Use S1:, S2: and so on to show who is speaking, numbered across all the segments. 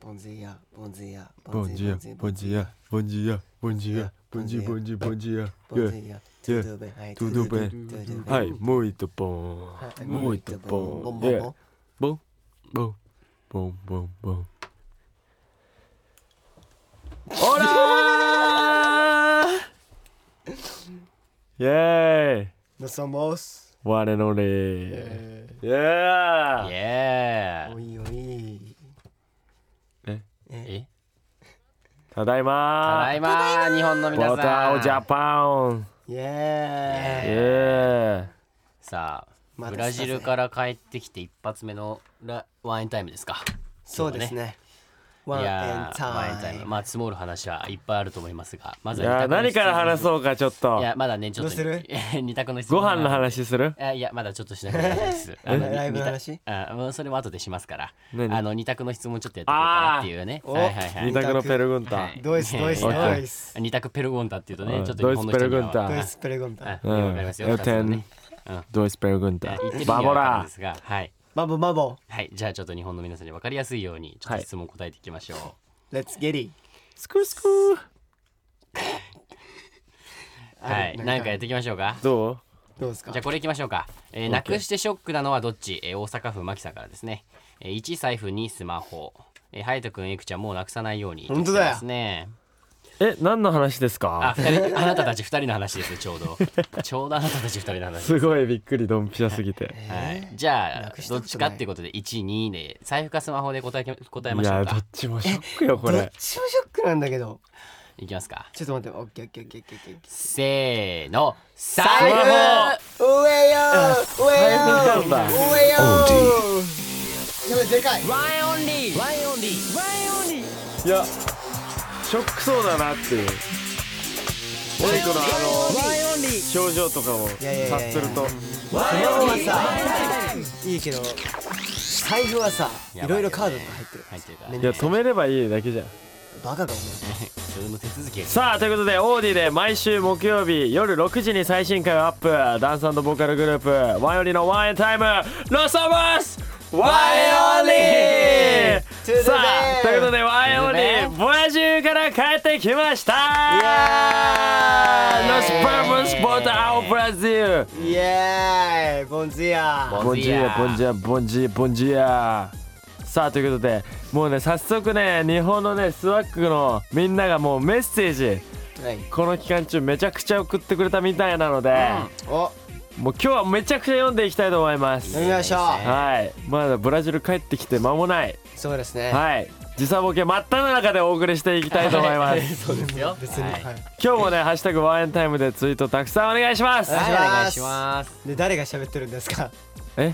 S1: ボンジーヤ、ボンジーヤ、
S2: ボンジ
S1: ヤ
S2: ーア、ボンジーア、ボンジーア、ボンジーア、ボンジー、ボンジー、ボンジーア。
S1: ボンジーヤ、トゥドゥベン、はい、
S2: トゥドゥベン
S1: トゥドゥベン
S2: はい、もう一度ボ
S1: はい
S2: ン。もう一度ボン。Yeah ボン、ボン、ボン、ボン、ボン。オラーイェーイ
S1: ナサモス。
S2: ワレノレイェーイ
S3: エ
S1: おいおい。
S2: え
S1: え、
S3: え
S2: ただい
S3: た
S2: ま
S3: だいま日本の皆さん
S2: ボタオジャパン
S1: イエーイ。
S2: イェーイ
S3: さあ
S1: また
S3: ブラジルから帰ってきて一発目のラワインタイムですか
S1: そうですね。ワン
S3: い
S1: エ
S3: や
S1: ン
S3: ーワイン
S1: タ
S3: タイ
S1: イ
S3: ム
S1: ム。
S3: まあ積もる話はいっぱいあると思いますがまず
S2: い
S3: は
S2: や
S3: 二択の
S2: 何
S3: 質問
S2: から話そうかちょっと
S3: いやまだねちょっ
S1: ど
S3: と
S1: うする
S3: 二択の質
S2: ご
S3: 問が
S2: 飯の話する
S3: いやいやまだちょっとしなきゃいけないです
S1: え
S3: あの
S1: ライブの
S3: 二
S1: 話
S3: あもうそれも後でしますから
S2: 何
S3: あの二択の質問ちょっとやってくれたらっていうね
S1: あー
S3: はいはいは
S2: 二
S3: い
S2: 択のペルグンタ
S3: はい
S1: ドイツ、ドイツ、
S3: オッケー
S1: ドイツ。
S3: 二択ペルゴンタっていうと
S2: う
S3: ね
S2: ん
S3: ちょっと日本の人に
S2: ドイツペルゴンタ
S3: は
S1: ドイツ、プレゴンタ。
S3: あわかりますよ
S2: うん
S3: 二つのね
S2: ドイツペルグン
S3: いや
S2: タ
S3: 言ってる意味
S2: バ
S3: は
S2: ボ
S3: わかるん
S2: ラ
S3: ですがはい
S1: マボマボ。
S3: はい、じゃあちょっと日本の皆さんに分かりやすいようにちょっ
S2: は
S3: と
S2: い
S3: 質問答えていきましょう、
S1: レッツゲリ。
S2: スクスク
S3: はい
S1: あれ
S3: なんかやっていきましょうか
S2: どう
S1: どうですか
S3: じゃあこれいきましょうか、えーなくしてショックなのはどっち、えー大阪府牧さんからですね、えー、1財布2スマホえーハヤト君エクちゃんもうなくさないように
S1: 本当だよ
S3: ということですね
S2: え何の話ですか
S3: あ二人あなたたち2人の話ですねちょう どちょうどあなたたち2人の話
S2: すごいびっくりドンピシャすぎて
S3: はい、じゃ
S1: な
S3: あ
S1: くしたこ
S3: ど
S1: とない
S3: っちかっていうことで12で財布かスマホで答えけ答えま
S2: い
S3: しょ
S2: や
S3: う
S2: ど
S3: か
S2: っちもショックよこ
S1: どっ
S2: れ
S1: ちもショックなんだけど。
S3: いきますか
S1: ちょっと待って、オッケーオッケーオッケーオッケーオッケ
S3: せーの財
S2: マホ
S1: ー。上よー上よー
S2: 財布なんだ
S1: 上よーやべ、でかい。
S3: ワンオンリーワンオンリー
S2: いやショックそうだなっていう俺このあの症状とかを
S1: やいやいやいや
S2: 察すると
S1: スマホはさいいけど財布はさい
S3: やば
S1: ろ
S3: いよね
S1: いろカードとか入ってる
S3: 入ってるから
S1: めん
S2: いや
S1: どくさ
S2: 止めればいいだけじゃん
S1: バカか
S3: それの手続きが
S2: さあということでオーディで毎週木曜日夜6時に最新回をアップダンスボーカルグループワンオリのワンエンタイムロサバスワンオ
S1: トゥ
S2: リ
S1: デ
S2: さあ
S1: イ
S2: ということでワンオ
S3: トゥデ
S2: リボヤジューから帰ってきました
S1: イエーイ
S2: ロスパムスポーターオブラジル
S1: おめイエーイボンズヤ
S3: ボンジア
S2: ボンジアボンジアボンジアさあということでもうね早速ね日本のねスワックのみんながもうメッセージ
S1: はい
S2: この期間中めちゃくちゃ送ってくれたみたいなので、
S1: お
S2: もう今日はめちゃくちゃ読んでいきたいと思います
S1: 飲みましょう
S2: はいまだブラジル帰ってきて間もない
S1: そうですね
S2: はい時差ボケ真っ只中でお送りしていきたいと思います
S3: そうですよ
S1: 別に
S3: はい、
S1: はい
S2: 今日もね「ハッシュタグワンエンタイム」でツイートたくさんお願いします
S1: はい
S3: お願いします
S1: で誰が喋ってるんですか
S2: え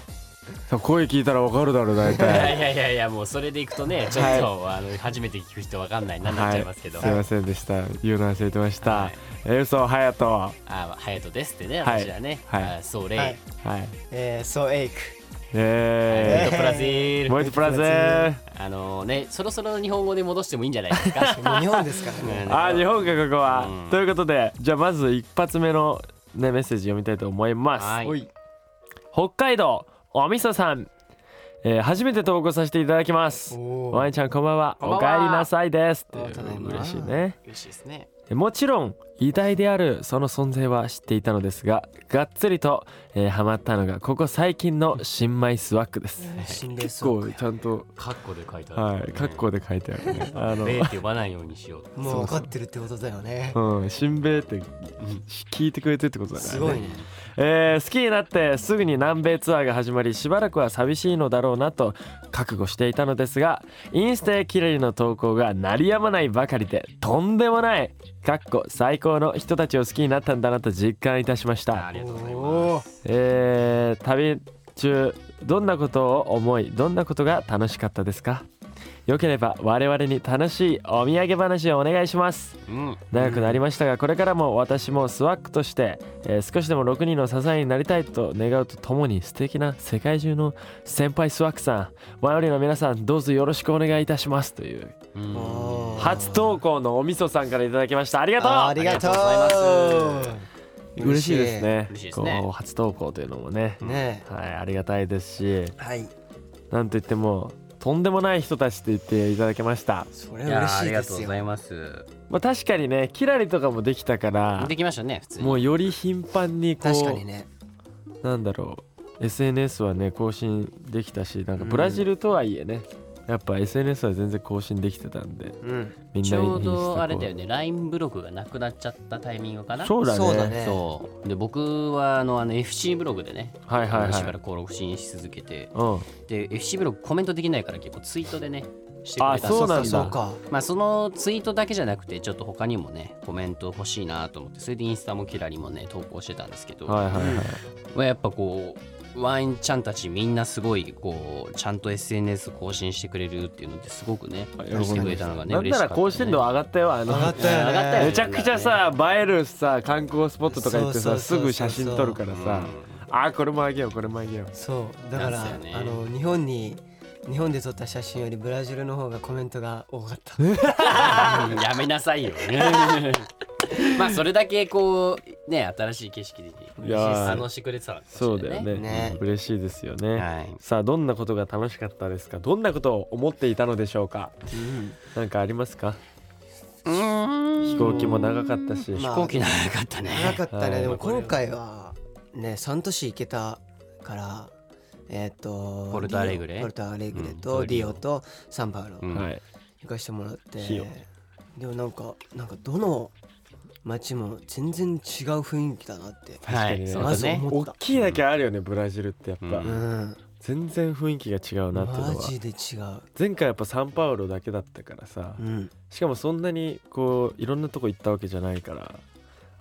S2: 声聞いたらわかるだろう大
S3: い
S2: 体
S3: やいやいやいやもうそれでいくとねちょっと、あの初めて聞く人わかんないなになっちゃいますけど、
S2: はい、すいませんでした言うの忘れてました、
S3: はい
S2: え嘘はやとは
S3: あハヤトですってね
S2: はい
S3: 私はね、
S2: はい
S3: あそれ、
S1: はい
S2: い
S1: えーそうエイク
S2: え
S3: えっとプラジ
S2: ー、
S3: ル、
S2: もう一プラ ゼー
S3: あのねそろそろ日本語で戻してもいいんじゃないですか
S1: もう日本ですからね
S2: あー日本かここは、
S3: うん
S2: ということでじゃあまず一発目の、ね、メッセージ読みたいと思います、
S3: はい
S1: おい
S2: 北海道おみそさん、えー初めて投稿させていただきます
S1: お
S2: ワイちゃんこんばんは
S3: こんばん
S2: お
S3: は
S2: かえりなさいですってい
S1: あただいうま
S2: 嬉しいね
S3: 嬉しいですね
S2: えもちろん偉大であるその存在は知っていたのですががっつりと、えーハマったのがここ最近の新米スワックです
S1: 心霊
S2: 結
S1: そう
S2: 構ちゃんと
S3: カッコで書いてある、
S2: はい格好で書いてあるねあの
S3: 例って呼ばないようにしよう
S1: もう分かってるってことだよね
S2: うん、しんべヱって聞いてくれてるってことだから、ね、
S1: すごいね
S2: えー好きになってすぐに南米ツアーが始まりしばらくは寂しいのだろうなと覚悟していたのですがインスタやキラリの投稿が鳴りやまないばかりでとんでもないかっこ最高の人たちを好きになったんだなと実感いたしました
S3: ありがとうござい
S1: お
S3: ま
S1: ー
S3: す
S2: えー旅中どんなことを思いどんなことが楽しかったですかよければ我々に楽しいお土産話をお願いします
S3: うん
S2: 長くなりましたがこれからも私もスワックとして、えー少しでも6人の支えになりたいと願うとともに素敵な世界中の先輩スワックさんワイオリンの皆さんどうぞよろしくお願いいたしますという
S3: うん
S1: おー
S2: 初投稿のおみそさんからいただきましたありがとう
S1: ありがとう
S3: ありがとうございま
S2: 嬉しいですね
S3: 嬉しいですね
S2: こう初投稿というのもね、
S1: ね
S2: はいありがたいですし
S1: はい
S2: なんといってもとんでもない人たちって言っていただきました、
S1: それ
S3: いや
S1: は嬉
S3: ーあ
S1: しい
S3: り
S1: で
S3: が
S1: す
S3: とうご
S1: よ
S3: ざいます
S2: まあ、確かにねキラリとかもできたから
S3: できましたね普通に
S2: もうより頻繁にこう
S1: 確かにね
S2: なんだろう SNS はね更新できたしなんかブラジルとはいえね、やっぱ SNS は全然更新できてたんで
S1: うん
S2: みんな
S3: ちょ
S2: イ
S3: う
S2: ンスタこ
S3: どあれだよね LINE ブログがなくなっちゃったタイミングかな
S2: そうだね
S1: そうだね
S3: そうで僕はあのあの FC ブログでね、
S2: はいはいはい
S3: しばらく更新し続けて
S2: うん
S3: で FC ブログコメントできないから結構ツイートでねしてく
S2: あ
S3: れた
S2: そうなんだ
S1: そうか
S3: まあ、そのツイートだけじゃなくてちょっと他にもねコメント欲しいなと思ってそれでインスタもキラリもね投稿してたんですけど、
S2: はいはいはい、
S3: まあ、やっぱこうワインちゃんたちみんなすごいこうちゃんと SNS 更新してくれるっていうのですごくね
S2: 喜んで
S3: してくれたのがね
S2: なん
S3: 嬉し
S2: な
S3: か
S2: ら
S3: った、ね、
S2: 更新度上がったよあの
S1: 上がったよね
S3: 上がったよ
S2: めちゃくちゃさ映えるさ観光スポットとか行って
S1: そ
S2: さ
S1: う
S2: す
S1: そうそうそう
S2: ぐ写真撮るからさ、あこれもあげようこれもあげよう
S1: そうだか
S3: なん
S1: ら、
S3: すよね
S1: あの日本に日本で撮った写真よりブラジルの方がコメントが多かった
S3: うん やめなさいよ まあそれだけこうね新しい景色で
S2: いやー
S3: 反応してくれてたのかもしれ
S2: そ
S3: ないう
S2: だよね
S1: ね
S2: 嬉しいですよね、
S3: はい
S2: さあどんなことが楽しかったですかどんなことを思っていたのでしょうかなんかありますか飛行機も長かったし、
S1: まあ
S3: 飛行機長かったね
S1: 長かったね、
S2: はい
S1: でも今回はね3都市行けたからえっ、と
S3: ポルトアレグレ
S1: ポルトアレグレ
S3: う
S1: と
S3: ん
S1: リオとサンパウロ
S3: う
S1: 行
S3: ん
S2: はい
S1: かしてもらって、
S2: リオ
S1: でもなんかなんかどの街も全然違う雰囲気だなって、
S2: 確かにね
S3: はい、そう
S1: ま
S3: だ
S1: ず
S3: ね
S1: 思
S2: 大
S1: った、
S2: きいだけあるよねブラジルってやっぱ、
S3: うん
S1: うん、
S2: 全然雰囲気が違うなっていうの
S1: マ
S2: は
S1: ジで違う、
S2: 前回やっぱサンパウロだけだったからさ、
S1: うん、
S2: しかもそんなにこういろんなとこ行ったわけじゃないから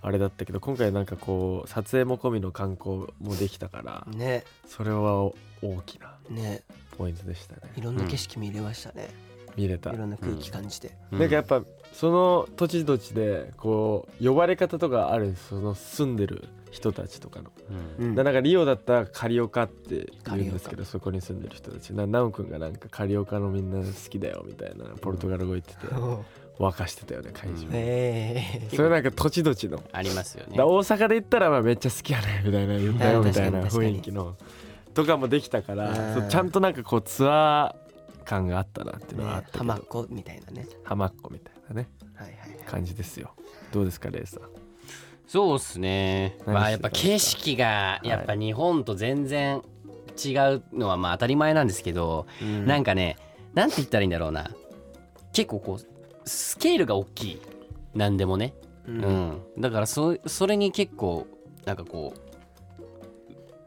S2: あれだったけど今回なんかこう撮影も込みの観光もできたから
S1: ね
S2: それは大きな
S1: ね
S2: ポイントでしたね
S1: いろんな景色見れましたね、
S2: 見れた
S1: いろんな空気感じて、
S2: なんかやっぱその土地土地でこう呼ばれ方とかあるその住んでる人たちとかの、
S3: うん
S1: うん
S2: だなんかリオだったらカリオカって言うんです
S1: カ
S2: け
S1: リ
S2: どそこに住んでる人たちなナオ君がなんかカリオカのみんな好きだよみたいなポルトガル語言ってて沸かしてたよね会場、
S1: え
S2: それなんか土地土地の、
S3: ありますよね
S2: だ大阪で行ったらまあめっちゃ好きやねみたいな言うんだよみたいな
S1: 確かに確か
S2: 雰
S1: に
S2: 囲気のとかもできたから
S1: うん
S2: そうちゃんとなんかこうツアー感があったな ってい
S1: ー
S2: うのはあっ
S1: ね
S2: た、けど
S1: 浜っ子みたいなね
S2: 浜っ子みたいなね
S1: はいはいはい
S2: 感じですよどうですかレイさん
S3: そうっすね。
S2: 何
S3: まあ
S2: して
S3: やっ
S2: た
S3: ぱ
S2: んですか
S3: 景色がやっぱ日本と全然違うのはまあ当たり前なんですけど、なんかね、なんて言ったらいいんだろうな。結構こうスケールが大きい。なんでもね。うん。だからそそれに結構なんかこう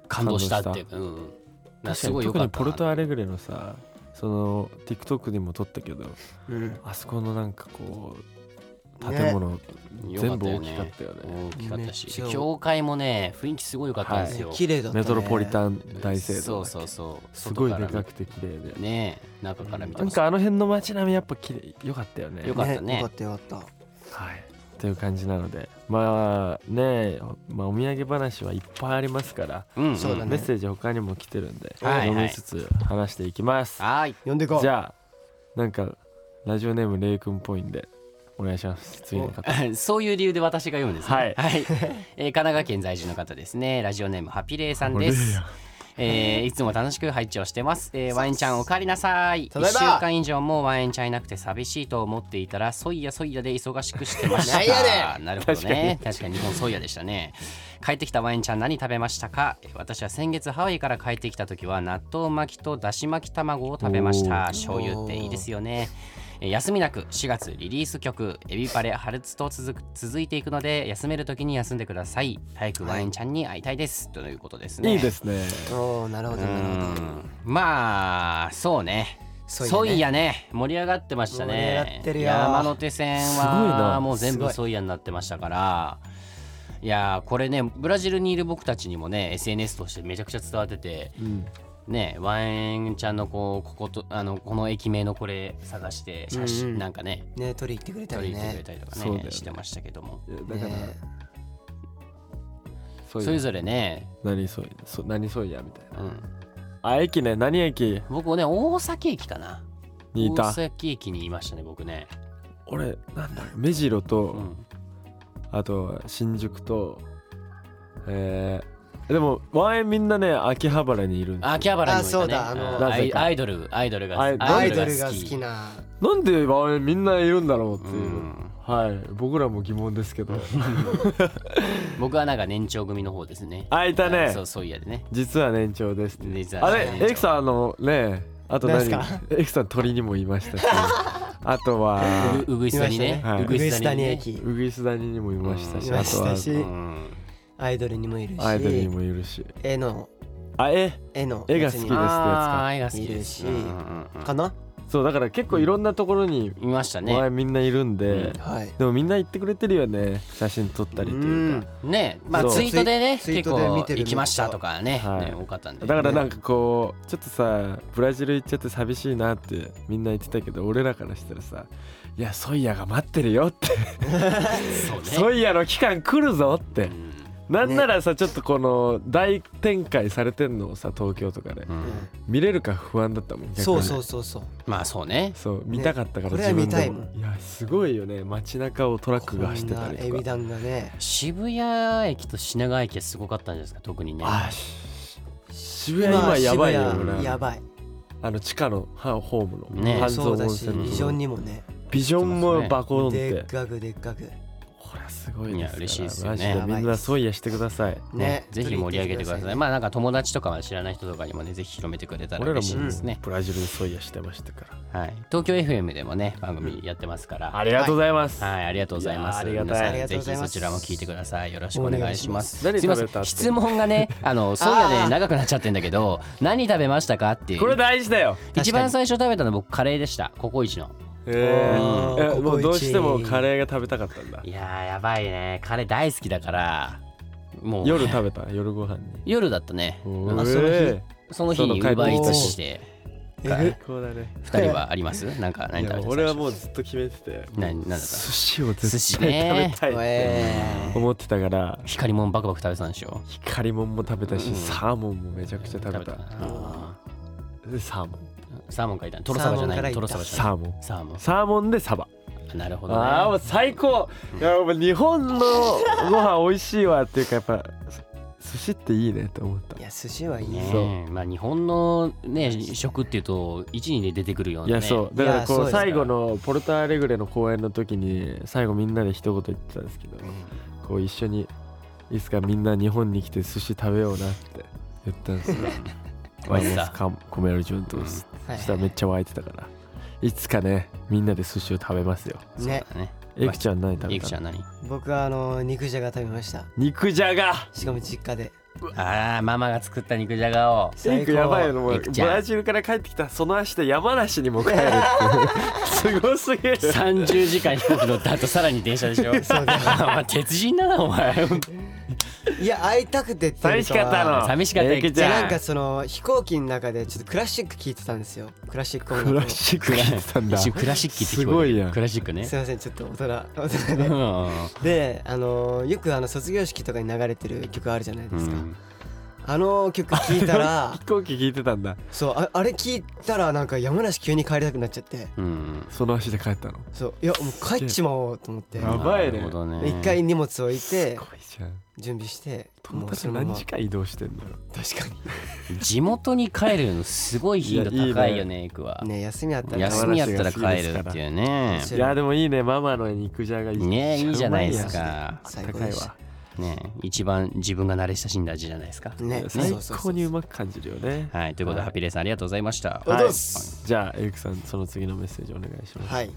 S3: 感動したっていうか、うん。なんかすごい良
S2: 特
S3: か
S2: に
S3: った
S2: ポ
S3: な
S2: ルトアレグレのさその TikTok にも撮ったけど
S1: うん
S2: あそこのなんかこう
S1: ね
S2: 建物
S3: 良
S2: 全部大
S3: ね
S2: きかったよね
S3: 大きかった
S1: めっ
S3: し
S1: ちゃ、
S3: 教会もね雰囲気すごい良かったんですよ。
S1: 綺麗だったね
S2: メトロポリタン大聖堂
S3: そう
S2: だっ
S3: そうそう。
S2: けすごいで
S3: 外
S2: か
S3: ら
S2: くて綺麗で
S3: ねえ中から見て
S2: な
S3: も
S2: んかあの辺の街並みやっぱ綺麗良かったよね
S3: 良かったね
S1: よかったよかった
S2: はいという感じなのでまあねまあお土産話はいっぱいありますから
S3: うんん
S1: そうだね
S2: メッセージ他にも来てるんで
S3: はい
S2: 読
S3: はい
S2: みつつ話していきます
S3: はーい
S1: 呼んでこう
S2: じゃあなんかラジオネームレイくんっぽいんでお願いします次の方
S3: そういう理由で私が読むんですね
S2: はい
S3: えー神奈川県在住の方ですねラジオネームハピレイさんで
S2: 俺
S3: す
S2: や
S3: えーいつも楽しく拝聴してます、えーワインちゃんおかえりなさい
S1: た
S3: 1
S1: だい
S3: 週
S1: ま
S3: 間以上もワインちゃんいなくて寂しいと思っていたらそいやそいやで忙しくしてました
S1: なんや
S3: なるほどね確かに日本そいやでしたね帰ってきたワインちゃん何食べましたかえー私は先月ハワイから帰ってきた時は納豆巻きとだし巻き卵を食べました醤油っていいですよねえー休みなく4月リリース曲「エビパレハルツ」と続く続いていくので休める時に休んでください体育ワインちゃんに会いたいです、ということですね
S2: いいですね
S1: おおなるほど
S3: う
S1: なるほど
S3: んまあそうね
S1: そ
S3: ソ
S1: ういやね
S3: イヤね盛り上がってましたね
S1: 盛り上がってるよ
S3: 山手線
S2: すごい
S3: は
S2: な
S3: もう全
S1: すご
S3: 部
S1: い
S3: ソイヤになってましたからいやーこれねブラジルにいる僕たちにもね SNS としてめちゃくちゃ伝わってて、ねワエンちゃんのこうこことあのこの駅名のこれ探して写真、
S1: うんうん
S3: なんかね
S1: ね取り行ってくれた
S3: 取
S1: り
S3: り入れてく
S1: ね
S3: れたりとか
S2: そうだ
S3: ね
S2: よね
S3: してましたけども
S2: だから
S1: ね
S2: そう
S3: それ
S2: いう
S3: ぞれね、
S2: 何そういそ何そういやみたいな
S3: うん、
S2: あ駅ね何駅
S3: 僕ね大崎駅かな
S2: にい
S3: 大
S2: た
S3: 崎駅にいましたね僕ね、
S2: 俺なんだ目白
S3: う
S2: と
S3: ん、
S2: あと新宿とえでもワインみんなね秋葉原にいるんですよ
S3: 秋葉原にもい
S1: あそ
S3: たね
S1: うだあの
S3: うんアイアイドルアイドルが
S2: アイドル
S1: アイドルが好きな
S2: なんでワインみんないるんだろうっていうう、
S3: ん
S2: はい僕らも疑問ですけど
S3: 僕はなんか年長組の方ですね
S2: あいたね
S3: そうそういやでね
S2: 実は年長ですって
S3: 実は
S2: あ
S3: ね
S2: れ
S3: 年長
S2: エクさんあのねあと何
S1: 何ですか
S2: エクさん鳥にもいましたしあとは
S3: ううぐいす谷ね
S1: い
S2: ましたね
S3: うぐい
S1: 上
S3: す
S1: 下
S3: 谷
S1: に
S3: ね
S1: 駅
S2: ウグイス谷にもいましたし、
S1: うん
S2: あと
S1: い
S2: は
S1: ましたし
S3: うん
S1: アイドルにもいるし
S2: アイドルにもいるし
S1: 絵の
S2: あえ
S1: 絵の
S2: 絵
S1: や
S2: が好き
S1: つに
S2: です
S3: ああ絵が好き
S1: い
S3: で
S1: る
S3: す
S1: し
S3: うんうんうん
S1: かな
S2: そうだから結構いろんなところに
S3: いました
S2: ワイ
S3: ね
S2: ンみんないるんで、
S3: うん
S1: はい
S2: でもみんな行ってくれてるよね写真撮ったりというか
S3: ねまあ
S2: そう
S3: ツイートでね
S1: ツイツ
S3: 結
S1: イートで
S3: 構
S1: 見てるの
S3: 行きましたとかね
S2: はい
S3: ね多かったんで
S2: だからなんかこうちょっとさブラジル行っちゃって寂しいなってみんな言ってたけど俺らからしたらさ「いやソイヤが待ってるよ」って
S3: そう
S2: 「
S3: ね
S2: ソイヤの期間来るぞ」って
S3: うん
S2: なんならさちょっとこの大展開されてんのをさ東京とかで
S3: うん
S2: 見れるか不安だったもん逆に
S1: そうそうそうそう
S3: まあそうね
S2: そう見たかったから
S1: これは
S2: 自分で
S1: 見たいも
S2: いやすごいよね街中をトラックが走ってた
S1: こ
S2: り
S1: んなエビ
S2: とか
S1: ダンがね
S3: 渋谷駅と品川駅はすごかったんじゃないですか特にね
S2: あし渋谷今やばいよ
S1: 渋谷
S2: 俺
S1: やばい
S2: あの地下のはホームの、
S3: ね
S2: 半蔵
S1: そう
S2: 温
S1: だし
S2: 泉の
S1: ビジョンにもね
S2: ビジョンもバコーンっ
S1: でってかくでっかく
S2: これはすごい
S3: い
S2: で
S3: や
S2: すから
S3: 嬉しいですよね
S2: マジでみんなソイヤしてください
S3: ね
S1: ね、
S3: ぜひ盛り上げてください。まあなんか友達とかは知らない人とかにもね、ぜひ広めてくれたら
S2: 俺ら
S3: 嬉
S2: も
S3: しいですね。
S2: ブラジルソイヤしてましたから
S3: はい、東京 FM でもね、番組やってますから。
S2: ありがとうございます、
S3: はい、ありがとうございま
S2: い
S3: す。
S2: やありがたい
S3: 皆さん
S1: ありがと
S3: ぜ
S1: う
S3: ひ
S1: ござい
S3: そ
S1: ます
S3: ちらも聞いてください。よろしくお願いします。
S2: お願い
S3: す
S2: し
S3: い
S2: ま
S3: ます
S2: 何食
S3: せん
S2: べた、って
S3: 質問がね、あの、そうやね、長くなっちゃってんだけど、何食べましたかっていう。
S2: これ大事だよ
S3: 一番最初食べたの僕カレーでした。ココイチの。
S2: え
S1: あ
S2: ー
S1: ー
S2: えもうどうしても
S1: ココイチ
S2: カレーが食べたかったんだ
S3: いやー、やばいね。カレー大好きだから。もう。
S2: 夜食べた夜ご飯に
S3: 夜だったね。
S2: お
S3: あ
S2: ー
S3: その日
S2: え
S3: その日、
S2: その
S3: ウ
S2: 帰り
S3: ーバーイーツして。
S1: え
S2: ー最高だね
S3: 二人はあ りますなんか
S2: い
S3: 何食べ
S2: や
S3: て
S2: 俺はもうずっと決めてて
S3: 何何だった
S2: 寿司を
S3: 寿
S2: 絶
S3: 司
S2: 対
S3: ね
S2: 食べたいって
S1: え
S2: 思ってたから
S3: 光もんバクバク食べてたんでしょ
S2: 光もんも食べた
S3: うん
S2: しサーモンもめちゃくちゃ食べた
S3: あ
S2: でサーモン
S3: ーサーモンからいたトロサバじゃないトロサバじゃな
S2: サ
S3: い
S2: ーモン
S3: サーモン
S2: サーモンでサバ
S3: あなるほどね
S2: ああもう最高いやもう日本のご飯美味しいわっていうかやっぱ寿司っていいねと思った
S1: いや寿司はいい
S3: ね
S1: ね
S2: そう
S3: えまあ日本のね食っていうと一にね出てくるよう
S2: い
S3: なね
S2: やそうだから
S1: いやそう
S2: こ
S1: で
S2: う
S1: すから
S2: 最後のポルトアレグレの公演の時に最後みんなで一言言ってたんですけどこう一緒にいつかみんな日本に来て寿司食べようなって言ったんです よ
S3: 美味しさ
S2: カンコメルジュントス
S1: はい
S2: したらめっちゃ湧いてたからいつかねみんなで寿司を食べますよ
S1: ね
S3: ね
S2: エクちゃん何食
S3: ゆ
S2: べ
S3: きちゃ
S2: た
S3: ん
S2: の
S3: 何
S1: 僕はあの肉じゃが食べました
S2: 肉じゃが
S1: しかも実家で
S3: ああママが作った肉じゃがを
S2: エイクやばいのも
S3: エイ
S2: う
S3: ク
S2: ブ
S3: ちゃん
S2: ラジルから帰ってきたその足で山梨にも帰るっていうすごす ぎる
S3: 30時間飛行機乗った後さらに電車でし ょそう だ鉄人だなお前
S1: いや会いたくてっていうより
S2: 寂しかった
S1: は
S2: の
S3: 寂しかった
S2: エイク
S1: い
S2: ち
S1: や
S2: ゃん
S1: なんかその飛行機の中でちょっとクラシック聞いてたんですよクラシック音
S2: ク
S1: 楽
S2: ラ
S1: をす
S2: シック聞いてたんだ
S3: 一瞬クラシックって聞こ
S2: すご
S3: える
S2: いやん
S3: クラシックね
S1: いませんちょっと大人大人
S3: う
S1: で
S3: ん
S1: であのよくあの卒業式とかに流れてる曲あるじゃないですか、
S3: うん
S1: あの曲聞いたら
S2: 飛行機聞いてたんだ
S1: そうああれ聞いたらなんか山梨急に帰りたくなっちゃって
S3: うん
S2: その足で帰ったの
S1: そういやもう帰っちまおうと思って
S2: やばいね
S3: なるほどね
S1: 一回荷物置いて
S2: すごいじゃん
S1: 準備して
S2: 友
S1: もう
S2: 達
S1: そのま
S2: 何
S1: ま
S2: 時間移動してんだよ
S1: 確か
S3: 地元に帰るのすごい頻度高いよねエイクは
S1: にね休みあったら
S3: 休みやったら帰るっていうね
S1: そ
S2: いうやでもいいねママの肉じゃが
S3: ねいいじゃないです
S2: めっち
S3: か
S1: 最
S2: ゃうまい
S1: 高
S2: や高い
S1: でした
S2: わ
S3: ね一番自分が慣れ親しんだ味じゃないですか
S1: ね
S2: 最
S1: そうそうそ
S2: 高
S1: う
S2: にうまく感じるよね
S3: はいということでハピレイさんありがとうございました
S1: ありがとうございま
S2: はいじゃあエイクさんその次のメッセージお願いします
S1: はい、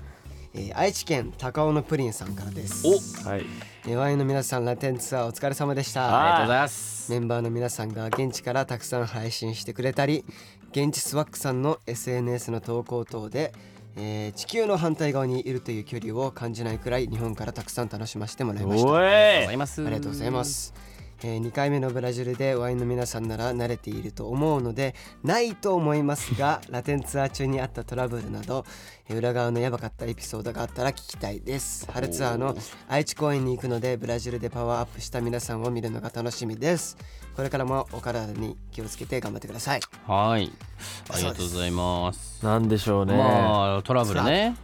S1: えー愛知県高尾のプリンさんからです
S2: はい
S1: えーワインの皆さんラテンツアーお疲れ様でし
S3: ありが
S1: た
S3: とうございます
S1: メンバーの皆さんが現地からたくさん配信してくれたり現地スワックさんの SNS の投稿等で、えー地球の反対側にいるという距離を感じないくらい日本からたくさん楽しませてもらいました
S2: お
S3: ありがとうござ
S2: い
S3: います
S1: ありがとうございます。えー、2回目のブラジルでワインの皆さんなら慣れていると思うのでないと思います がラテンツアー中にあったトラブルなど、えー裏側のやばかったエピソードがあったら聞きたいです春ツアーの愛知公演に行くのでブラジルでパワーアップした皆さんを見るのが楽しみですこれからもお体に気をつけて頑張ってください
S3: はいありがとうございます
S2: なんでしょうね
S3: まあトラブルね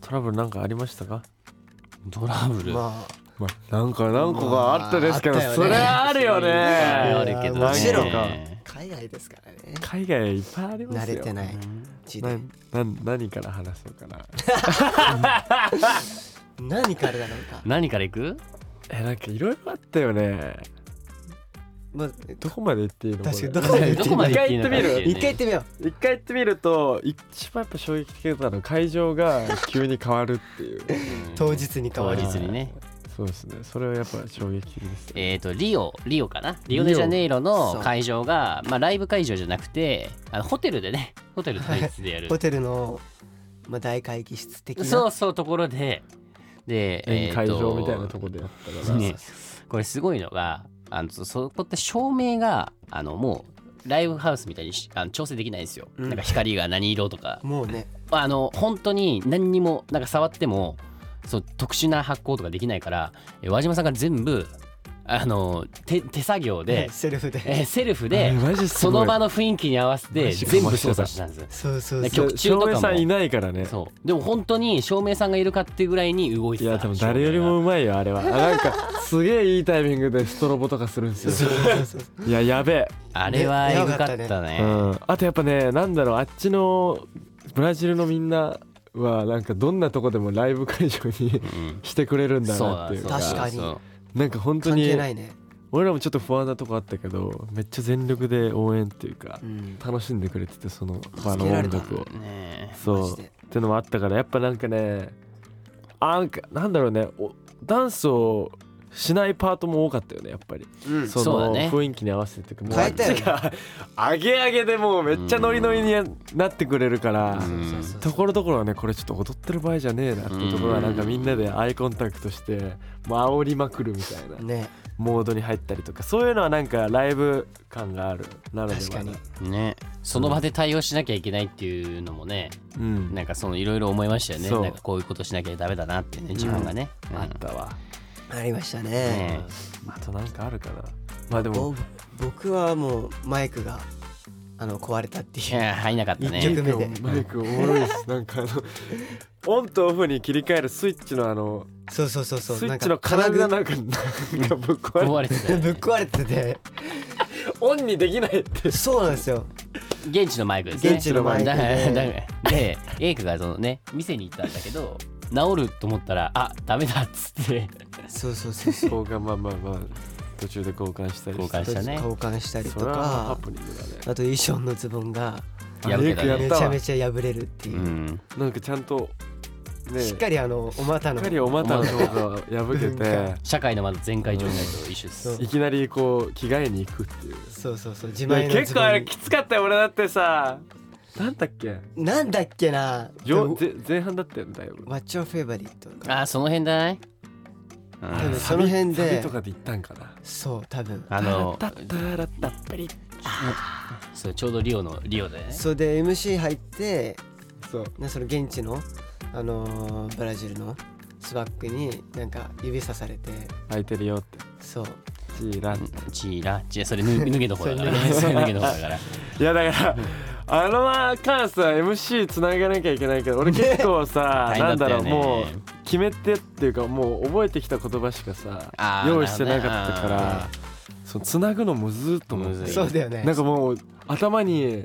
S2: トラブルなんかありましたか
S3: トラブル
S1: まあ
S2: まあ、なんか何個かあったですけど、
S1: あったよね
S2: それはあるよね
S3: あるけどね
S1: もちろん
S2: か
S1: 海外ですからね
S2: 海外いっぱいありま
S1: 慣
S2: す
S1: れ
S2: よ
S1: てない地
S2: な
S1: で
S2: な何から話そうかな
S1: 何からだろうか、
S3: 何から 行く
S2: えなんかいろいろあったよね
S1: まあ、
S2: どこまで行っていいの
S1: 確かに
S2: こ
S1: どこまで行っ
S3: ど
S1: てい
S3: こ
S1: いの
S3: ま
S1: か
S3: で行っていいのかっていうね
S1: 一回行ってみよ
S2: れ一回行ってみると一番やっぱ衝撃的だったのは会場が 急に変わるっていう
S1: う当日に変わ
S3: 当
S1: る
S3: 日にね
S2: そうですねそれはやっぱ衝撃的ですね
S3: えー、とリオリオかなリオデジャネイロ
S1: そ
S3: の
S1: う
S3: 会場が、まあ、ライブ会場じゃなくてあのホテルでねホテル統一でやる
S1: ホテルの、まあ、大会議室的な
S3: そうそうところでで、
S2: 宴会
S3: えーと
S2: 場みたいなとこでやったから、
S3: ね、これすごいのがあのそそこって照明があのもうライブハウスみたいにしあの調整できないんですよ、
S1: うん
S3: なんか光が何色とか
S1: もうね
S3: あの本当に何にもなんか触ってもそう特殊な発光とかできないからえ和島さんが全部あの手手作業で、
S1: セルフで
S3: えセルフ
S2: あ
S3: で
S2: れマジす
S3: そ
S2: ごい
S3: の場の雰囲気に合わせて
S2: マジ
S3: 全部操作したんですよ
S1: そうそう
S3: ね
S1: そう
S3: 曲中とかも
S2: 照明さんいないからね
S3: そうでも本当に照明さんがいるかってぐらいに動いて
S2: い
S3: た
S2: やでも誰よりもうまいよあれはあなんかすげえいいタイミングでストロボとかするんですよ
S1: そうそうそう
S2: いややべ
S3: あれは
S1: ね
S3: エグかった
S1: やば
S2: え、
S3: ね
S2: うん、あとやっぱねなんだろうあっちのブラジルのみんなはなんかどんなとこでもライブ会場に
S3: うん
S2: してくれるんだなっていう
S1: そう
S2: か
S1: 確かに
S3: そう
S2: なんか本当
S1: 関係
S2: に
S1: ないね、
S2: 俺らもちょっと不安なとこあったけどめっちゃ全力で応援っていうか
S1: うん、
S2: 楽しんでくれててその場の
S1: 助けられ
S2: 音
S1: た
S2: 楽を
S3: ねえ
S2: そ
S1: マ
S2: う
S1: ジ
S2: っ
S1: で
S2: てのもあったからやっぱなんかねあなんかなんだろうねおダンスをしないパートも多かったよねやっぱり
S1: うん
S2: そ
S3: そうだ
S2: の
S3: ね
S2: 雰囲気に合わせてっていうかもう
S1: 変えたよね
S2: あっちが上げ上げでもうめっちゃノリノリになってくれるから
S3: うん
S1: そうそうそう
S2: ところどころはねこれちょっと踊ってる場合じゃねえなっていうところはなんかみんなでアイコンタクトしてもう煽りまくるみたいな
S1: ね
S2: モードに入ったりとかそういうのはなんかライブ感があるなのでは
S1: 確かに
S3: ねその場で対応しなきゃいけないっていうのもね
S2: うん
S3: なんかそのいろいろ思いましたよね
S2: そう
S3: なんかこういうことしなきゃダメだなってね自分がね、うん
S2: あったわ
S1: ありましたね
S3: ね
S2: あとなんかあるかなまあでも
S1: ぼ僕はもうマイクがあの壊れたってい
S3: いうや入んなかった
S1: 一曲目
S3: ね
S1: で
S2: マイクおもろいですなん かあのオンとオフに切り替えるスイッチのあの
S1: そうそうそうそう
S2: スイ
S1: な
S2: ッ
S1: ん
S2: チ
S1: か
S2: の金具が
S1: 金
S2: なんかなんかぶっ壊
S3: 壊
S2: れ
S3: れてた
S1: 具
S3: よ
S1: ぶ
S3: ね
S1: っ壊れてて
S2: てオンにできないって
S1: そうなんですよ
S3: 現地のマイクですね
S1: 現地のマイクで
S3: だからだからでエイクがそのね店に行ったんだけど治ると思ったらあダメだっつって
S1: そうそうそうそう
S2: 交換まあまあまあ途中で交換したりして
S3: 交換したね
S1: 交換したりと
S2: それはハ
S1: か
S2: プニングだね
S1: あと衣装のズボンが
S2: やるけどね
S1: めちゃめちゃ破れるって
S3: う
S1: いう、
S3: ん
S2: なんかちゃんとね
S1: し
S2: し
S1: っ
S2: っか
S1: かりあのお股の
S2: りお股のとこが 破けて
S3: 社会のまず全開状態と一緒です、
S1: うんそう
S2: いきなりこう着替えに行くっていう
S1: そうそうそう自
S2: い
S1: 前
S2: や
S1: の
S2: 結
S1: ズボ
S2: 構あれ
S1: ン
S2: きつかったよ俺だってさなんだっけ
S1: なんだっけな
S2: 上前前半だったよねだいぶ
S1: What's your favorite? とか
S3: あその辺だない、
S1: 多
S3: う
S1: 分
S3: ん、
S1: その辺
S2: サビサビ
S1: で
S2: とかで行ったんかな
S1: そう多分
S3: あの
S2: タッタッタラッタッパリッ
S3: そうちょうどリオのリオでね
S1: それで MC 入って
S2: そう
S1: なその現地の、あのーブラジルのスワックになんか指さされて
S2: 空いてるよって
S1: そう
S2: チーラン
S3: チーラチーそれ脱脱げの方だからねそれ脱げの方だから
S2: いやだからあのまからさ MC つながなきゃいけないけど俺結構さ
S3: 大
S2: な
S3: 変
S2: ん
S3: だ
S2: だ
S3: っ
S2: ろ
S3: た
S2: う
S3: よね
S2: もう決めてっていうかもう覚えてきた言葉しか
S3: あ
S2: さ
S3: ー
S2: 用意してなかったか
S3: なるほど
S2: ら
S3: ね
S2: そうつなぐのむずっと思っ
S3: む
S2: て
S3: ずい
S1: そうだよね
S2: なんかもう頭に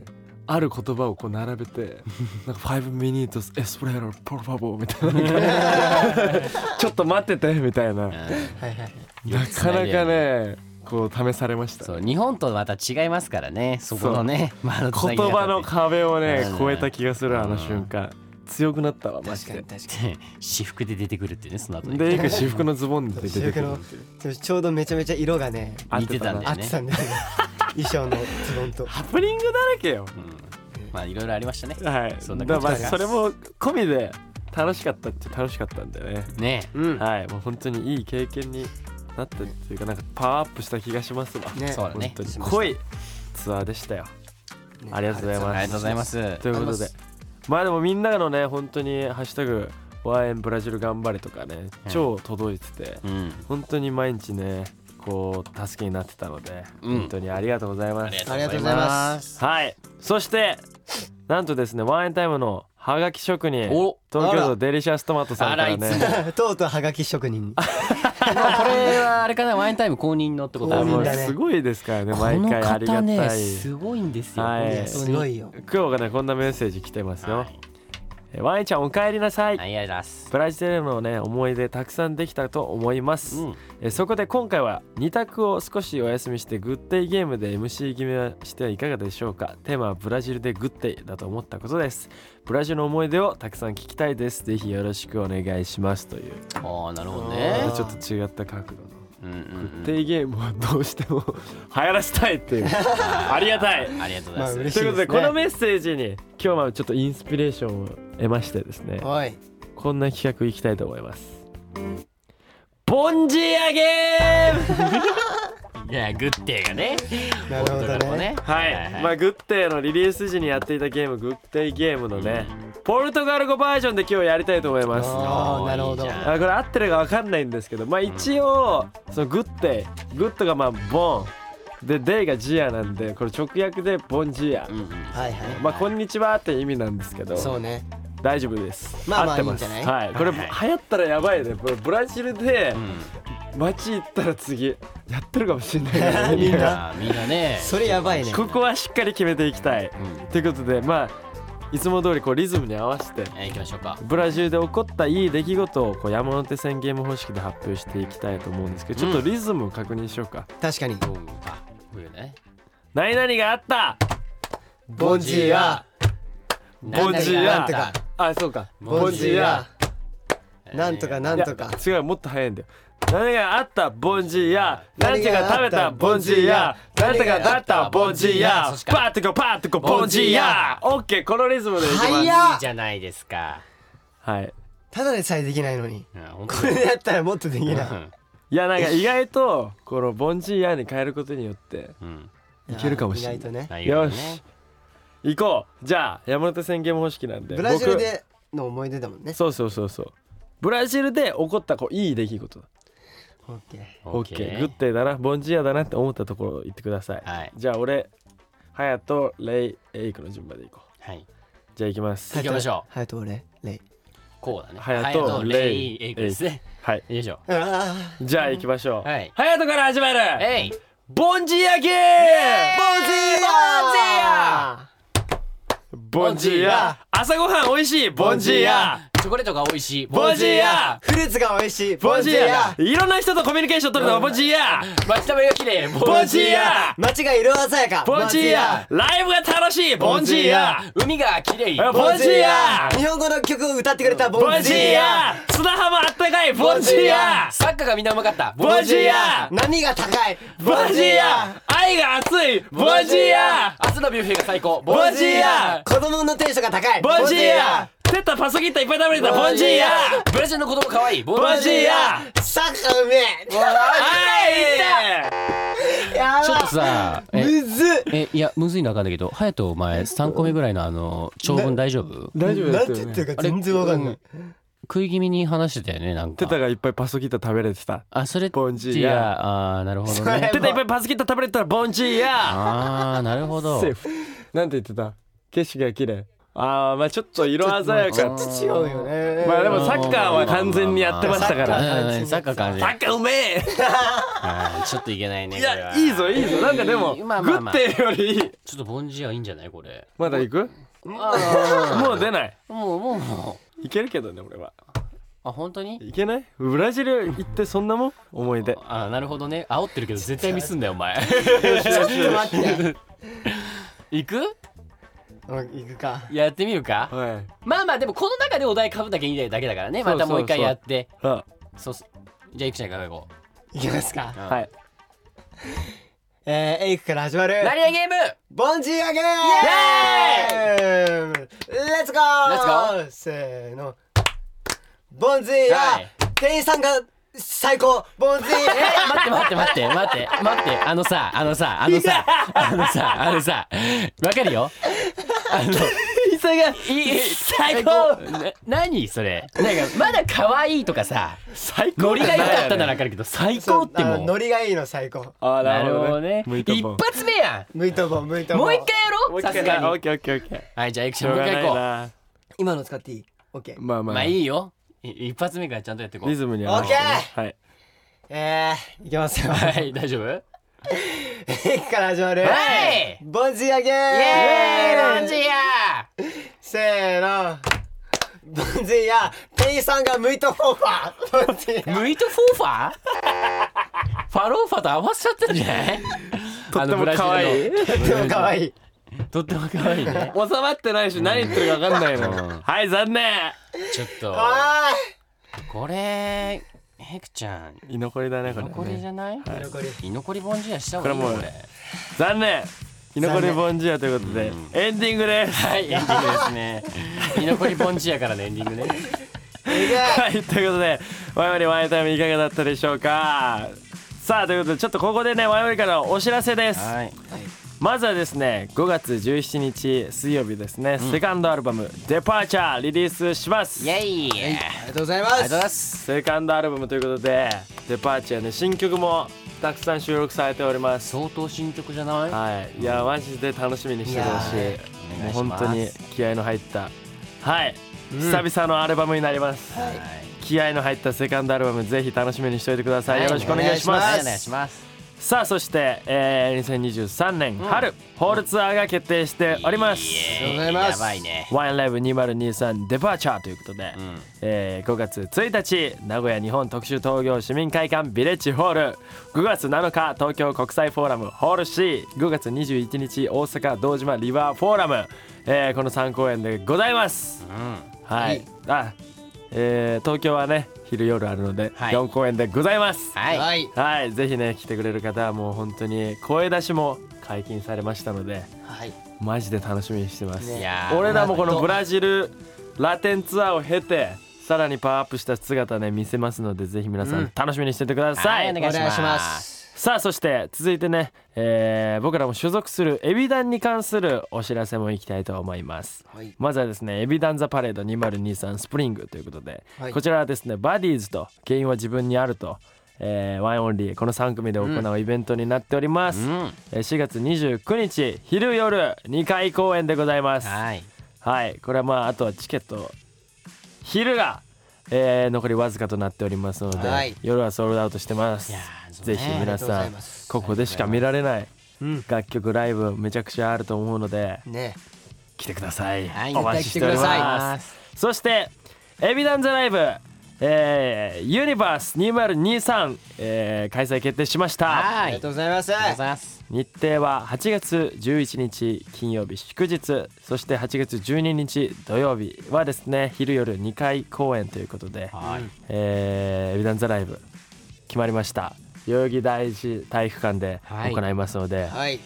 S2: ある言葉をこう並べ て「なんか5 minutes espero por favor」みたいなな ん かちょっと待っててみたいなな
S3: うん
S1: はいはい
S2: かなかねこう試されました
S3: そう日本とまた違いますからねそこのね、まあ、
S2: 言葉の壁をね
S3: うん
S2: 超えた気がするあの瞬間強くなったわマ
S1: 確
S2: ジ
S1: かに
S2: で
S1: 確かに
S3: 私服で出てくるっていうねその後に
S2: でいいか私服のズボンで出てくるっていう
S1: そうちょうどめちゃめちゃ色がね
S2: 合っ
S3: 似てたんだ
S1: 合
S3: よ
S1: っ
S3: ね
S1: てたんだよね衣装のズボンと
S2: ハプニングだらけよ
S3: うんまあいろいろありましたね
S2: はい
S3: そんな
S2: だ
S3: 感
S2: か
S3: じ
S2: らまあそれも込みで楽しかったって楽しかったんだよね
S3: ね
S1: うん
S2: はいもう本当にいい経験になったっていうかなんかパワーアップした気がしますわ
S1: ね
S3: そうだ
S2: 本
S3: ね
S2: 当に
S1: しました
S2: 濃いツアーでしたよ
S1: ね
S2: ありがとうござい
S3: あ
S2: ま
S3: りがとうございます
S2: ということでまあでもみんなのね本当に「ハッシュタグワーエンブラジル頑張れ」とかね
S3: うん
S2: 超届いてて
S3: うん
S2: 本当に毎日ねこう助けになってたので
S3: うん
S2: 本当にありがとうございます、
S1: ありがとうございます
S2: はいそしてなんとですねワンエンタイムのハガキ職人
S3: お
S2: 東京
S1: あ
S2: 都
S1: ら
S2: デリシャストマトさんから
S3: あらいつ
S2: ね
S1: とうとうはがき職人に
S3: これはあれかなワインタイム公認のってこと
S1: 公
S2: あ
S1: 認
S2: も
S1: み
S2: うん
S1: だね
S2: すごいですからね
S3: こ
S2: 毎
S3: の
S2: 回ありが
S3: 方
S2: た
S3: ね
S2: い
S3: すごいんですよ、
S2: はい
S3: 本当に
S1: すごいよ
S2: 今日がねこんなメッセージ来てますよ、えワインちゃんお帰りなさい、
S3: はいありがとうございます
S2: ブラジルへのね思い出たくさんできたと思います、
S3: うん
S2: えそこで今回は2択を少しお休みしてグッデイゲームで MC 決めはしてはいかがでしょうかテーマはブラジルでグッデイだと思ったことですブラジルの思い出をたくさん聞きたいですぜひよろしくお願いしますという
S3: ああなるほど
S2: ま
S3: ね
S2: たちょっと違った角度の
S3: うんうん
S2: グッ
S3: うん
S2: デイゲームをどうしても流行らせたいっていうありがたい
S3: ありがとうございます、
S1: まあ嬉しい
S2: ということで
S1: ですね
S2: このメッセージに今日はちょっとインスピレーションを得ましてですね
S1: おい
S2: こんな企画いきたいと思いますボンジーアゲーム
S3: いやグッデーがね
S1: なるほどね
S3: 本当だね
S2: はい、まあグッデーのリリース時にやっていたゲームグッデーゲームのねポルトガル語バージョンで今日やりたいと思います
S1: あーなるほど
S3: いいじゃん
S2: あこれ合ってるか分かんないんですけどまあ一応そのグッデーグッドがまあボンでデイがジアなんでこれ直訳でボンジア
S3: うんうん
S1: はいはい
S2: まあこんにちはって意味なんですけど
S1: そうね
S2: 大丈夫です。
S1: まあまあ
S2: 合ってます
S1: いいんじゃない
S2: はい、これ
S3: は
S2: 流
S3: いはい
S2: 行ったらやばいね。これブラジルで
S3: うん
S2: 街行ったら次やってるかもしれない、ね。
S3: み
S2: み
S3: ん
S2: んな。
S3: なみんなね
S1: それやばいね
S2: ここはしっかり決めていきたい。
S3: うん
S2: ということで、まあいつも通りこうリズムに合わせて。
S3: えー行きましょうか
S2: ブラジルで起こったいい出来事をこう山手線ゲーム方式で発表していきたいと思うんですけどちょっとリズムを確認しようか、
S1: 確かに
S3: どうかこういうね
S2: 何々があった
S1: ボンジーは
S2: ボンジー
S1: な
S2: は
S1: んとか
S2: あそうか
S1: ボンジーはなんとか
S3: な
S1: なんとか
S2: いや違うもっと早いんだよ何があったボンジーや何てが食べたボンジーや何てがだったボンジーやパーッとこパーッとこボンジーやオッケーこのリズムでいきます
S1: 早っ
S3: いいじゃないですか
S2: はい
S1: ただでさえできないのに
S3: うん本
S1: こ
S3: 当
S1: れ
S3: に
S1: だったらもっとできない
S2: いやなんか意外とこのボンジーやに変えることによって
S3: うん
S2: いけるかもしれ
S1: 意外と
S2: ない
S1: ね
S3: 内容
S2: よ
S3: ね
S2: し行こうじゃあ山手線ゲーム方式なんで
S1: ブラジルでの思い出だもんね
S2: 僕そうそうそうそうブラジルで起こったこういい出来事
S1: オッケー
S2: オ
S3: オ
S2: ッ
S3: ッ
S2: ケ
S3: ケ
S2: ー
S3: ー
S2: グッデイだなボンジーアだなって思ったところを言ってください、
S3: はい
S2: じゃあ俺ハヤとレイエイクの順番でいこう
S3: はい
S2: じゃあ行きます
S3: 行きましょ
S1: ハヤト俺レイ
S3: こうだね
S2: ハヤト
S3: ハヤトレイ
S2: レイ
S3: エイクですね
S2: はい
S3: よいしょ
S1: ああ
S2: じゃあ行きましょう、
S3: はい
S2: ハヤトから始まる
S3: えい
S2: ボンジーアゲ
S1: ボ
S2: ー
S1: ンジーや
S2: ボンジ
S3: ボンジ
S2: ー
S3: ー
S2: ア
S3: ア
S2: 朝ごはん美味しいボンジーア
S3: チョコレートが美味しい
S2: ボンジーア
S1: フルーツが美味しい
S2: ボンジーア
S1: や
S2: いろんな人とコミュニケーション取るのがボンジーア
S3: 街並みが綺麗
S2: ボンジーア
S1: 街が色鮮やか
S2: ボンジーアライブが楽しいボンジーア
S3: 海が綺麗
S2: ボンジーア
S1: 日本語の曲を歌ってくれたボ
S2: ボン
S1: ン
S2: ジ
S1: ジー
S2: ーヤ
S1: や
S2: ー砂浜あったかいボンジーヤ
S3: サッカーがみんなうまかった
S2: ーボンジーヤ
S1: 波が高い
S2: ーボンジーヤー愛が熱いボンジーヤ
S3: 明日のビュッフェが最高
S2: ボンジーヤ
S1: 子供のテンションが高い
S2: ーボンジーヤーセッタパソギッタいっぱい食べれたボンジーヤー
S3: ブラジルの子供可愛いボ
S2: ボンジーヤ
S1: ーサッカーうめ
S2: はい
S1: えやば
S3: ちょっとさえ
S1: むず
S3: えいやむずいのわかんないけど隼人お前3個目ぐらいのあの長文大丈夫
S2: 大丈夫
S1: なんて言ってるか全然わかんない
S3: 食い気味に話してたよねなん
S2: テ
S3: か
S2: タがいっぱいパソギッタ食べれてた
S3: あそれ
S2: ボンジーヤ
S3: いやあーなるほど
S1: それ
S3: ね
S2: テタいっぱいパソギッタ食べれてたらボンジーヤ
S3: ああなるほ
S2: ー
S3: ど
S2: セーフなんて言ってた景色が綺麗あーまあちょっと色鮮や
S1: ち
S2: か
S1: ょっと違うよね
S2: まあでもサッカーは完全にやってましたか
S1: まあまあまあまあ
S2: ら
S3: うんうんサッカー感じ
S2: サッカーうめえ
S3: あーちょっといけないね
S2: い
S3: これ
S2: や
S3: はい
S2: いぞいいぞなんかでもグ
S3: いいまあまあ
S2: ッ
S3: まあ
S2: てよりいい
S3: ちょっとボンジーはいいんじゃないこれ
S2: まだ行くもう出ない
S3: もうもうもう
S2: いけるけどね俺は
S3: あ本当に
S2: いけないブラジル行ってそんなもん思い出
S3: あーなるほどね煽ってるけど絶対ミスんだよお前
S1: ちょっと待って
S3: 行く
S1: うん行くか
S3: やってみるか
S2: はい
S3: まあまあでもこの中でお題かぶんなきゃいけないだけだからねまたもう一回やって
S2: あ
S3: そうそうじゃあいくちゃんからいこ
S1: 行きますか
S3: う、、
S2: はいい
S1: えーエイクから始まる
S3: 何やゲーム
S1: ボンジーアゲームレッツゴー
S3: レ
S1: せーのボンジーや、
S3: はい
S1: 店員さんが最高ボンジー
S3: え待って待って待って待って待ってあのさあのさあのさあのさあのさわかるよあの
S2: 伊勢が
S3: いい
S2: 最高
S3: な何それなんかまだ可愛いとかさ
S2: 最高
S3: ノリが良かったならわかるけど最高って
S1: あの
S3: も
S1: ノ
S3: う
S1: リがいいの最高
S2: あ
S3: な
S2: な
S3: る
S2: る
S3: ほ
S2: ほ
S3: ど
S2: ど
S3: ね
S2: ね
S3: 一発目や
S1: 向いとぼ向いと
S3: ん
S1: ぼ
S3: もう一回やろ
S2: もう
S3: う
S2: 一
S3: さ
S2: 回
S3: す
S2: な
S3: が
S2: オッ
S3: に
S2: ケーオッケーオッケー
S3: はいじゃあエクシ
S2: し
S3: ョ
S2: ょ
S3: ン
S2: う
S3: もう
S2: がな
S3: 一回
S2: い
S3: 行こう
S2: な
S1: 今の使っていいオッケー
S2: まあま
S3: ま
S2: あ
S3: あいいよい一発目からちゃんとやっていこう
S2: リズムに合わせてね
S1: オッケ
S2: はい
S1: えー、いけ ますよ。
S3: はい大丈夫はい
S1: 駅から始まる。
S3: はい
S1: ボンジーアゲー
S3: イエーイランジ
S1: ー
S3: ーや
S1: せーの。ボンジーや、店員さんが向いたフォーファー。ボンジーや。
S3: ムイトフォーファーファローファと合わせちゃったんじゃ ない
S2: とっても可愛い
S3: あのブラジルの
S1: でも可愛い。
S3: とっても可愛いね
S2: 収まってないし何言ってるか分かんないも
S3: うんん
S2: はい残念
S3: ちょっと
S1: あ
S3: これヘクちゃん
S2: 居残りだねこれね
S3: 残りじゃない
S1: ー。残り。
S3: 居残りボンジュアした方がいい
S2: これもう
S3: これ
S2: 残念居残り
S1: 残念
S2: ボンジアということでエンディングです
S3: はいエンディングですね居残りボンジュアからのエンディングね
S1: いけ
S2: はい、ということで、ワイワリワイタイムいかがだったでしょうか。さあ、ということで、ちょっとここでね、ワイワリからお知らせです。
S3: はい
S2: まずはですね、5月17日水曜日ですね、セカンドアルバム、デパーチャーリリースします
S3: イ。エイ
S1: ありがとうございます。
S3: ありがとうございます
S2: セカンドアルバムということで、デパーチャーね、新曲もたくさん収録されております。
S3: 相当新曲じゃない
S2: はい、いや、マジで楽しみにしててほし
S1: い
S2: い
S1: や。
S2: もう
S3: ーお願いし
S2: 本
S3: ます
S2: 当に気合いの入った。はい、久々のアルバムになります。
S3: はい
S2: 気合の入ったセカンドアルバムぜひ楽しみにしておいてください、
S3: はい
S2: よろしくお願いしま
S3: は
S2: す
S3: いお願いします
S2: さあそして、えー、2023年春、ホールツアーが決定しております、
S3: イエーイ
S1: ありがとうございます
S3: やばいね
S2: ワインライブ2023デパーチャーということで、
S3: ん
S2: えー5月1日名古屋日本特殊陶業市民会館ビレッジホール5月7日東京国際フォーラムホール C5 月21日大阪堂島リバーフォーラム、えーこの3公演でございます
S3: うん
S2: はい、あ、えー東京はね昼夜あるので、
S3: はい
S2: 4公演でございますは
S3: はい
S1: い。
S2: い、ぜひね来てくれる方はもう本当に声出しも解禁されましたので
S1: はい。
S2: マジで楽しみにしてます、
S1: ね
S3: いやー
S2: 俺らもこのブラジルラテンツアーを経てさらにパワーアップした姿ね見せますのでぜひ皆さ
S1: うんん
S2: 楽しみにしててください、
S3: はいお願いします
S1: お願いします。
S2: さあそして続いてね、えー僕らも所属するエビダンに関するお知らせもいきたいと思います
S1: はい。
S2: まずはですねエビダンザパレード2023スプリングということで、
S1: はい
S2: こちらはですねバディーズと原因は自分にあると、えーワンオンリーこの3組で行うイベントになっております、
S3: うん
S2: えー4月29日昼夜2回公演でございますはい、
S3: はい
S2: これはまああとはチケット昼が、えー残りわずかとなっておりますので、
S1: はい
S2: 夜はソールドアウトしてます
S3: いやーそうね
S2: ぜひ皆
S1: ありがとうご
S2: さ
S1: ざい
S2: ん
S1: ます
S2: ここでしか見られない
S1: うん。
S2: 楽曲ライブめちゃくちゃあると思うので
S1: ね。
S2: 来てください、
S3: はい
S2: お待ちしており
S1: 絶対来てく
S2: ま
S1: だ
S2: すそしてエビダンザライブ、えー、ユニバース2023、えー、開催決定しました
S1: あ
S3: は
S1: り
S3: い
S1: がとうございます。
S3: ありがとうございます
S2: 日程は8月11日金曜日祝日そして8月12日土曜日はですね昼夜2回公演ということで、
S3: はい
S2: えー、エビダンザライブ決まりました代々木第一体育館で
S3: はい
S2: 行いますので、
S1: はい。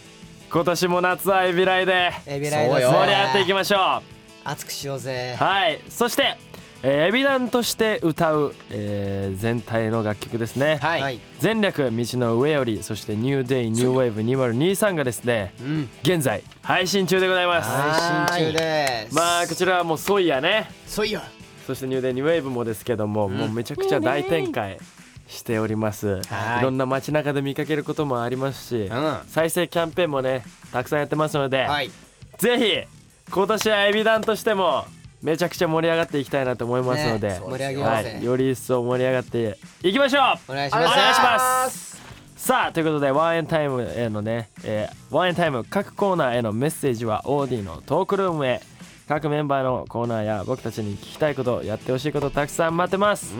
S2: 今年も夏はエビライで
S1: エビライド
S3: そうよ
S2: 盛り上がっていきましょう
S1: 熱くしようぜ。
S2: はいそして、えーエビダンとして歌う、えー全体の楽曲ですね、
S3: はい、
S1: はい。
S2: 前略道の上よりそしてニューデイニューウェーブ2023がですね
S1: うん。
S2: 現在配信中でございます
S3: は
S1: 配信中です。
S2: まあこちらはもうソイやね
S1: そういよ。
S2: そしてニューデイニューウェーブもですけども、もうめちゃくちゃ大展開しております
S3: はい
S2: いろんな街中で見かけることもありますし、
S3: うん
S2: 再生キャンペーンもねたくさんやってますので、
S1: はい。
S2: ぜひ今年はエビダンとしてもめちゃくちゃ盛り上がっていきたいなと思いますので、
S1: ね盛り上げよ
S2: は
S1: うぜ
S2: い、より一層盛り上がっていきましょう
S1: お願いします
S2: お願いしますさあということでワンエンタイムへのね、えーワンエンタイム各コーナーへのメッセージは OD のトークルームへ各メンバーのコーナーや僕たちに聞きたいことやってほしいことたくさん待ってます、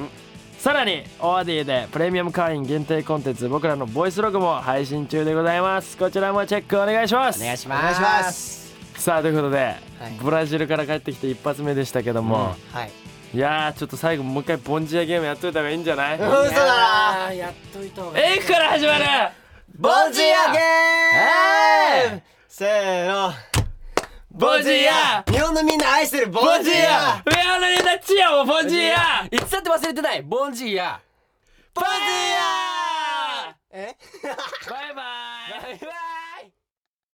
S2: さらに OD でプレミアム会員限定コンテンツ僕らのボイスログも配信中でございますこちらもチェックお願いします
S3: お願いし
S1: お願
S3: ま
S1: い
S3: す
S1: します。
S2: さあということで、
S1: い
S2: ブラジルから帰ってきて一発目でしたけども、
S1: はい。
S2: いやーちょっと最後もう一回ボンジアゲームやっといた方がいいんじゃない、
S1: うん嘘だ
S3: いやーやっといた方がいい
S2: エイクから始まる
S1: ボンジアゲーム。せーの。
S2: ボンジア
S1: 日本のみんな愛してるボ
S2: ボ
S1: ン
S2: ン
S1: ジ
S2: ジ
S1: ア
S2: ア。ウェアのネタチアもボンジア
S3: いつだって忘れてないボンジーや
S2: ボンジア
S1: え？
S2: バイバイ
S3: バイバイ